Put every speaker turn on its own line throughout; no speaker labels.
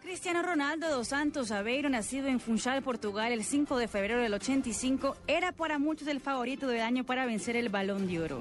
Cristiano Ronaldo dos Santos Aveiro, nacido en Funchal, Portugal, el 5 de febrero del 85, era para muchos el favorito del año para vencer el Balón de Oro.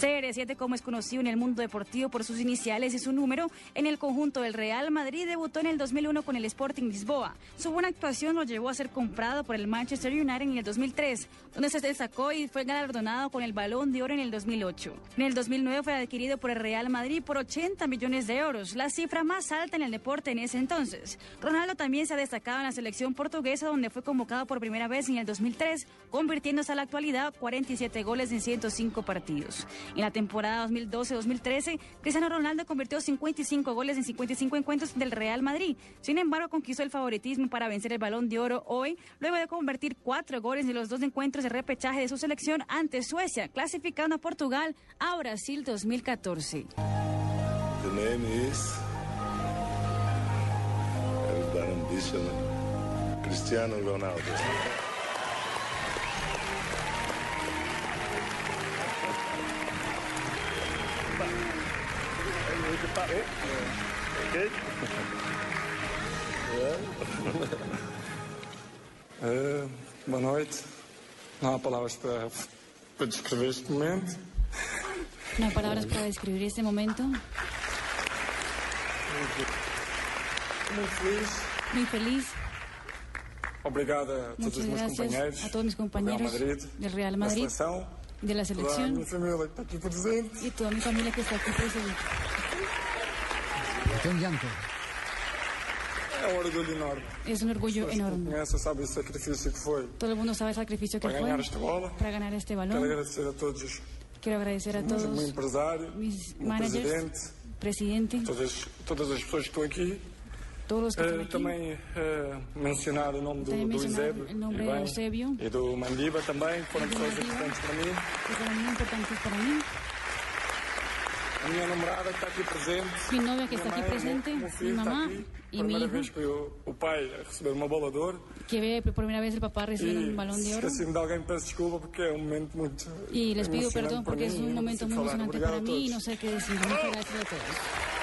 CR7, como es conocido en el mundo deportivo por sus iniciales y su número, en el conjunto del Real Madrid debutó en el 2001 con el Sporting Lisboa. Su buena actuación lo llevó a ser comprado por el Manchester United en el 2003, donde se destacó y fue galardonado con el Balón de Oro en el 2008. En el 2009 fue adquirido por el Real Madrid por 80 millones de euros, la cifra más alta en el deporte en ese entonces. Ronaldo también se ha destacado en la selección portuguesa, donde fue convocado por primera vez en el 2003, convirtiéndose a la actualidad 47 goles en 105 partidos. En la temporada 2012-2013, Cristiano Ronaldo convirtió 55 goles en 55 encuentros del Real Madrid. Sin embargo, conquistó el favoritismo para vencer el Balón de Oro hoy, luego de convertir cuatro goles en los dos encuentros de repechaje de su selección ante Suecia, clasificando a Portugal a Brasil 2014.
The name is Urban Ambition Cristiano Ronaldo. Good?
Eh, boa noite. Não há palavras para, para descrever este momento.
No hay palabras para describir este momento.
Muito feliz.
Muy feliz.
Obrigado a todos os
Muchas
meus companheiros.
gracias a todos mis
do
compañeros
Real Madrid.
del Real
Da
Madrid,
seleção.
de la
Toda a minha
selección
família que está aqui presente.
y toda mi familia que está aquí presente.
É um orgulho enorme.
Es un orgullo
Me
enorme.
Conhece, sabe o sacrifício que foi
Todo el mundo sabe el sacrificio que
para
fue
ganhar esta bola.
para ganar este
Quero
balón.
agradecer a todos, os-
Quiero agradecer a
o meu
Hum? todos
empresário,
mis
o meu
managers,
presidente,
presidente,
todas, todas as pessoas que estão aqui.
todos los que
Eh,
están aquí.
também eh, mencionar o nome do,
Também
do
mencionar
Eusébio,
o nome
Ivan,
do Eusébio.
e do Mandiba também, que foram
E do
pessoas
Mandiba.
importantes para mim.
que fueron muy importantes para mí.
A minha namorada que está aqui presente.
Mi novia é que está aquí presente,
meu
mi
filho está
mamá
aqui.
y mi
Primeira
hijo,
vez que eu- o pai a receber uma bola de ouro.
que ve por primera vez el papá recibir
E
un um balão
se
de oro.
esqueci-me de alguém, peço desculpa porque é um momento muito.
Y les pido
emocionante
perdón
para
porque es
mim,
un
não
momento
consigo
muy
falar.
emocionante
Obrigado
para
a
mí y
todos.
no sé qué decir. Muchas gracias a todos.